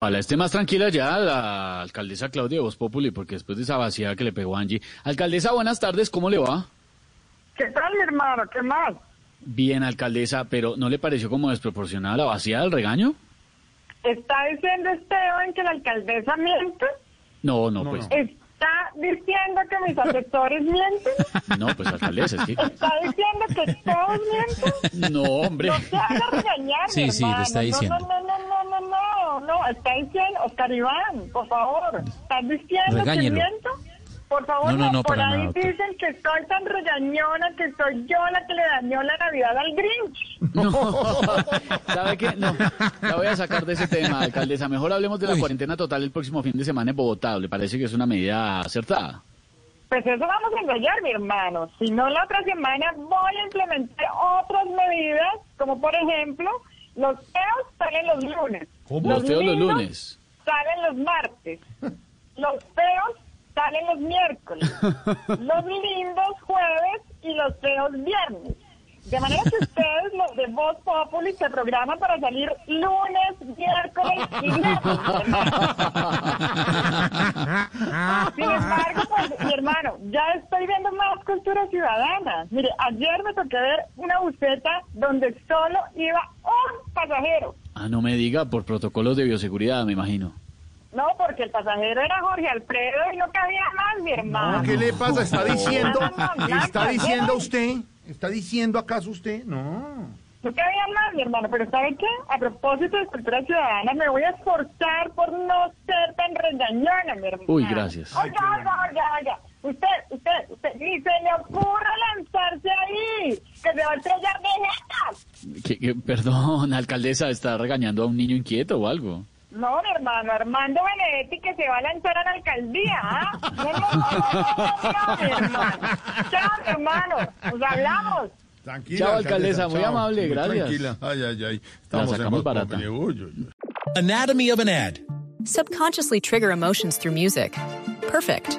Ojalá esté más tranquila ya la alcaldesa Claudia de Voz Populi, porque después de esa vacía que le pegó Angie. Alcaldesa, buenas tardes, ¿cómo le va? ¿Qué tal, mi hermano? ¿Qué más? Bien, alcaldesa, pero ¿no le pareció como desproporcionada la vacía del regaño? ¿Está diciendo Esteban que la alcaldesa miente? No, no, pues. ¿Está diciendo que mis asesores mienten? No, pues, alcaldesa, es que. ¿Está diciendo que todos mienten? No, hombre. No te hagas regañar, Sí, mi sí, lo hermano. está diciendo. No, no, no, no, no, no, no. Está diciendo, Oscar Iván, por favor. ¿Estás diciendo Regáñelo. que miento? Por favor, No, no, no, por para ahí nada, doctor. dicen que soy tan regañona, que soy yo la que le dañó la Navidad al Grinch. ¿Sabe qué? No, la voy a sacar de ese tema, alcaldesa. Mejor hablemos de la Uy. cuarentena total el próximo fin de semana en Bogotá. ¿Le parece que es una medida acertada? Pues eso vamos a ensayar, mi hermano. Si no, la otra semana voy a implementar otras medidas, como por ejemplo, los feos salen los lunes. ¿Cómo? Los feos los lindos lunes. Salen los martes. Los feos salen los miércoles. Los lindos jueves y los feos viernes. De manera que ustedes, los de Voz Populi, se programan para salir lunes, miércoles y viernes. mi hermano. Sin embargo, pues, mi hermano, ya estoy viendo más cultura ciudadana. Mire, ayer me toqué ver una buceta donde solo iba un pasajero. Ah, no me diga, por protocolos de bioseguridad, me imagino. No, porque el pasajero era Jorge Alfredo y no cabía más, mi hermano. No, ¿Qué le pasa? ¿Está diciendo? No, no, no, ¿Está no, diciendo no. usted? ¿Está diciendo acaso usted? No. No cabía más, mi hermano, pero ¿sabe qué? A propósito de cultura ciudadana, me voy a esforzar por no ser tan regañona, mi hermano. Uy, gracias. Oiga, oiga, oiga, oiga. Usted, usted, usted, ni se le ocurra lanzarse ahí, que se va a estrellar de jetas. ¿Qué- qué? Perdón, alcaldesa, está regañando a un niño inquieto o algo. No, mi hermano, Armando Benedetti que se va a lanzar a la alcaldía, ¿ah? No, no, no, no, no, no, mi hermano. Chao, mi hermano, nos hablamos. Tranquila. Chao, alcaldesa, muy amable, gracias. Tranquila. Ay, ay, ay. Estamos en sacamos Voz barata. Populi. Uy, uy, uy. Anatomy of an ad. Subconsciously trigger emotions through music. Perfect.